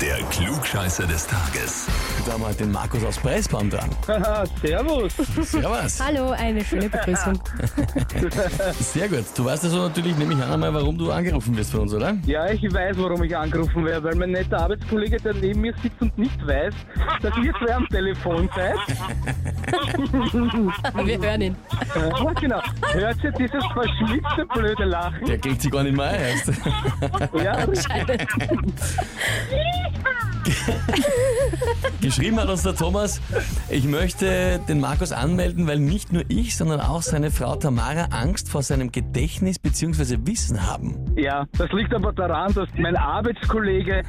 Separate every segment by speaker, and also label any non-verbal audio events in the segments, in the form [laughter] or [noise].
Speaker 1: Der Klugscheißer des Tages.
Speaker 2: Da haben wir den Markus aus Preisbaum dran.
Speaker 3: Haha, servus.
Speaker 2: Servus.
Speaker 4: Hallo, eine schöne Begrüßung.
Speaker 2: Sehr gut. Du weißt also natürlich, nehme ich an einmal, warum du angerufen wirst von uns, oder?
Speaker 3: Ja, ich weiß, warum ich angerufen werde, weil mein netter Arbeitskollege, der neben mir sitzt und nicht weiß, dass ihr zwei am Telefon seid.
Speaker 4: [laughs] Wir hören ihn.
Speaker 3: Ja, genau. Hört ihr dieses verschmitzte, blöde Lachen?
Speaker 2: Der klingt sich gar nicht mehr ein,
Speaker 3: [laughs]
Speaker 2: heißt.
Speaker 3: Ja,
Speaker 2: Geschrieben hat uns der Thomas, ich möchte den Markus anmelden, weil nicht nur ich, sondern auch seine Frau Tamara Angst vor seinem Gedächtnis bzw. Wissen haben.
Speaker 3: ja, das liegt aber daran, dass mein Arbeitskollege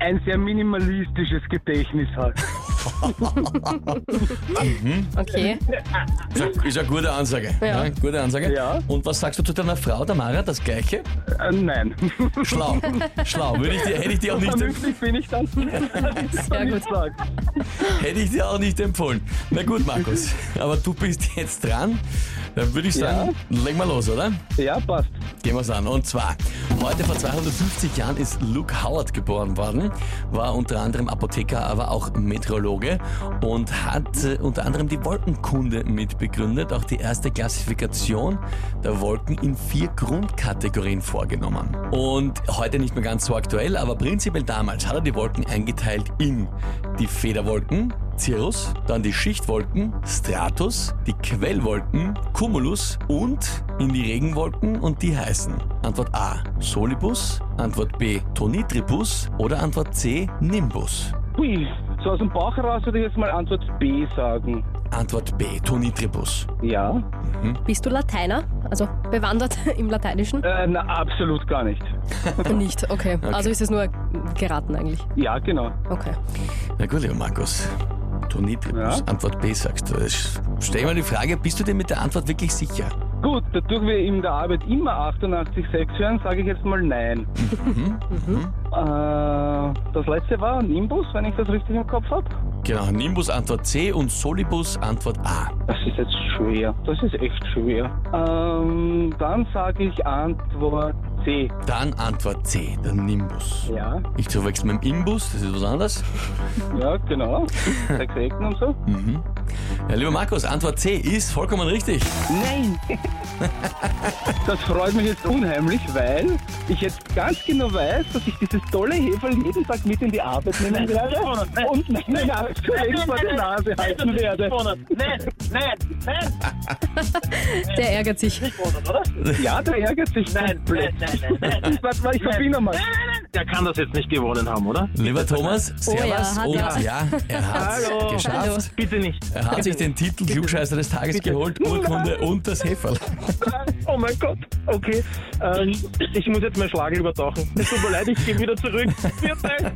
Speaker 3: ein sehr minimalistisches Gedächtnis hat.
Speaker 4: Okay.
Speaker 2: Ist eine, ist eine gute Ansage. ne?
Speaker 4: Ja.
Speaker 2: gute Ansage.
Speaker 3: Ja.
Speaker 2: Und was sagst du zu deiner Frau Tamara? Das Gleiche?
Speaker 3: Äh, nein.
Speaker 2: Schlau.
Speaker 3: [laughs]
Speaker 2: Schlau. Würde ich dir, hätte ich dir auch nicht
Speaker 3: Vernünftig bin ich dann.
Speaker 4: [laughs] Sehr gut.
Speaker 2: Hätte ich dir auch nicht empfohlen. Na gut, Markus, aber du bist jetzt dran. Dann würde ich sagen, legen wir los, oder?
Speaker 3: Ja, passt.
Speaker 2: Gehen wir's an. Und zwar, heute vor 250 Jahren ist Luke Howard geboren worden, war unter anderem Apotheker, aber auch Meteorologe und hat äh, unter anderem die Wolkenkunde mitbegründet, auch die erste Klassifikation der Wolken in vier Grundkategorien vorgenommen. Und heute nicht mehr ganz so aktuell, aber prinzipiell damals hat er die Wolken eingeteilt in die Federwolken, Cirrus, dann die Schichtwolken, Stratus, die Quellwolken, Cumulus und in die Regenwolken und die heißen Antwort A Solibus, Antwort B Tonitribus oder Antwort C Nimbus.
Speaker 3: Hui. So aus dem Bauch heraus würde ich jetzt mal Antwort B sagen.
Speaker 2: Antwort B Tonitribus.
Speaker 3: Ja?
Speaker 4: Bist du Lateiner? Also bewandert [laughs] im Lateinischen?
Speaker 3: Äh, na, absolut gar nicht.
Speaker 4: Nicht, okay. Also ist es nur geraten eigentlich.
Speaker 3: Ja, genau.
Speaker 4: Okay.
Speaker 2: Na gut, lieber Markus. Tonitribus,
Speaker 3: Ja?
Speaker 2: Antwort B sagst du. Es- Stell mal die Frage, bist du dir mit der Antwort wirklich sicher?
Speaker 3: Gut, dadurch wir in der Arbeit immer 88,6 hören, sage ich jetzt mal nein. Äh, das letzte war Nimbus, wenn ich das richtig im Kopf habe.
Speaker 2: Genau, Nimbus Antwort C und Solibus Antwort A.
Speaker 3: Das ist jetzt schwer. Das ist echt schwer. Ähm, dann sage ich Antwort C.
Speaker 2: Dann Antwort C, der Nimbus.
Speaker 3: Ja,
Speaker 2: Nicht zu verwechseln mit dem Imbus, das ist was anderes.
Speaker 3: ja, genau. Sechs Ecken und so.
Speaker 2: Ja, lieber Markus, Antwort C ist vollkommen richtig.
Speaker 3: Nein! [laughs] Das freut mich jetzt unheimlich, weil ich jetzt ganz genau weiß, dass ich dieses tolle Heferl jeden Tag mit in die Arbeit nehmen werde und meinen Arbeitskollegen vor die Nase halten werde.
Speaker 5: Nein, nein, nein,
Speaker 4: Der ärgert sich.
Speaker 5: oder?
Speaker 3: Ja, der ärgert sich
Speaker 5: [laughs] Nein,
Speaker 3: komplett.
Speaker 5: nein, nein, nein, nein.
Speaker 3: Ich, [laughs] warte mal, ich verbinde nochmal.
Speaker 5: Der kann das jetzt nicht gewonnen haben, oder?
Speaker 2: Lieber Thomas, Servus
Speaker 4: Oh hat
Speaker 2: und
Speaker 4: er.
Speaker 2: ja, er hat
Speaker 3: Hallo.
Speaker 2: geschafft.
Speaker 4: Hallo.
Speaker 5: Bitte nicht.
Speaker 2: Er hat sich den Titel Klugscheißer des Tages geholt, Urkunde und das Heferl.
Speaker 5: Oh mein Gott, okay. Ähm, ich muss jetzt meinen Schlagel übertauchen. Es tut mir leid, ich gehe wieder zurück. Vierte.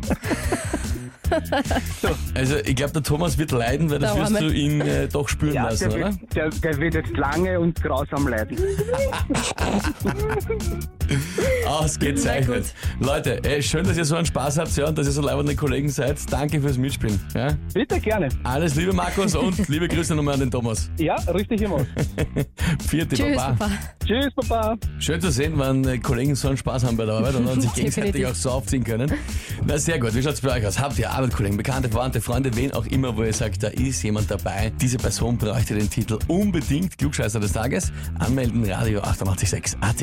Speaker 2: Also ich glaube, der Thomas wird leiden, weil das
Speaker 4: Der
Speaker 2: wirst
Speaker 4: Arme.
Speaker 2: du ihn äh, doch spüren
Speaker 3: Ja,
Speaker 2: lassen,
Speaker 3: der,
Speaker 2: oder?
Speaker 3: wird, der, der wird jetzt lange und grausam leiden.
Speaker 2: Ausgezeichnet. Leute, ey, schön, dass ihr so einen Spaß habt ja, und dass ihr so leibende Kollegen seid. Danke fürs Mitspielen. Ja?
Speaker 3: Bitte gerne.
Speaker 2: Alles Liebe, Markus, und liebe Grüße nochmal an den Thomas.
Speaker 3: Ja, richtig immer.
Speaker 2: Vierte
Speaker 4: Tschüss,
Speaker 2: Baba.
Speaker 4: Papa.
Speaker 3: Tschüss, Papa.
Speaker 2: Schön zu sehen, wenn äh, Kollegen so einen Spaß haben bei der Arbeit und dann sich gegenseitig
Speaker 4: Definitiv.
Speaker 2: auch so aufziehen können. Na sehr gut, wie schaut's bei euch aus? Habt ihr Arbeitskollegen, Bekannte, Verwandte, Freunde, wen auch immer, wo ihr sagt, da ist jemand dabei. Diese Person bräuchte den Titel unbedingt. Klugscheißer des Tages. Anmelden, Radio 886 AT.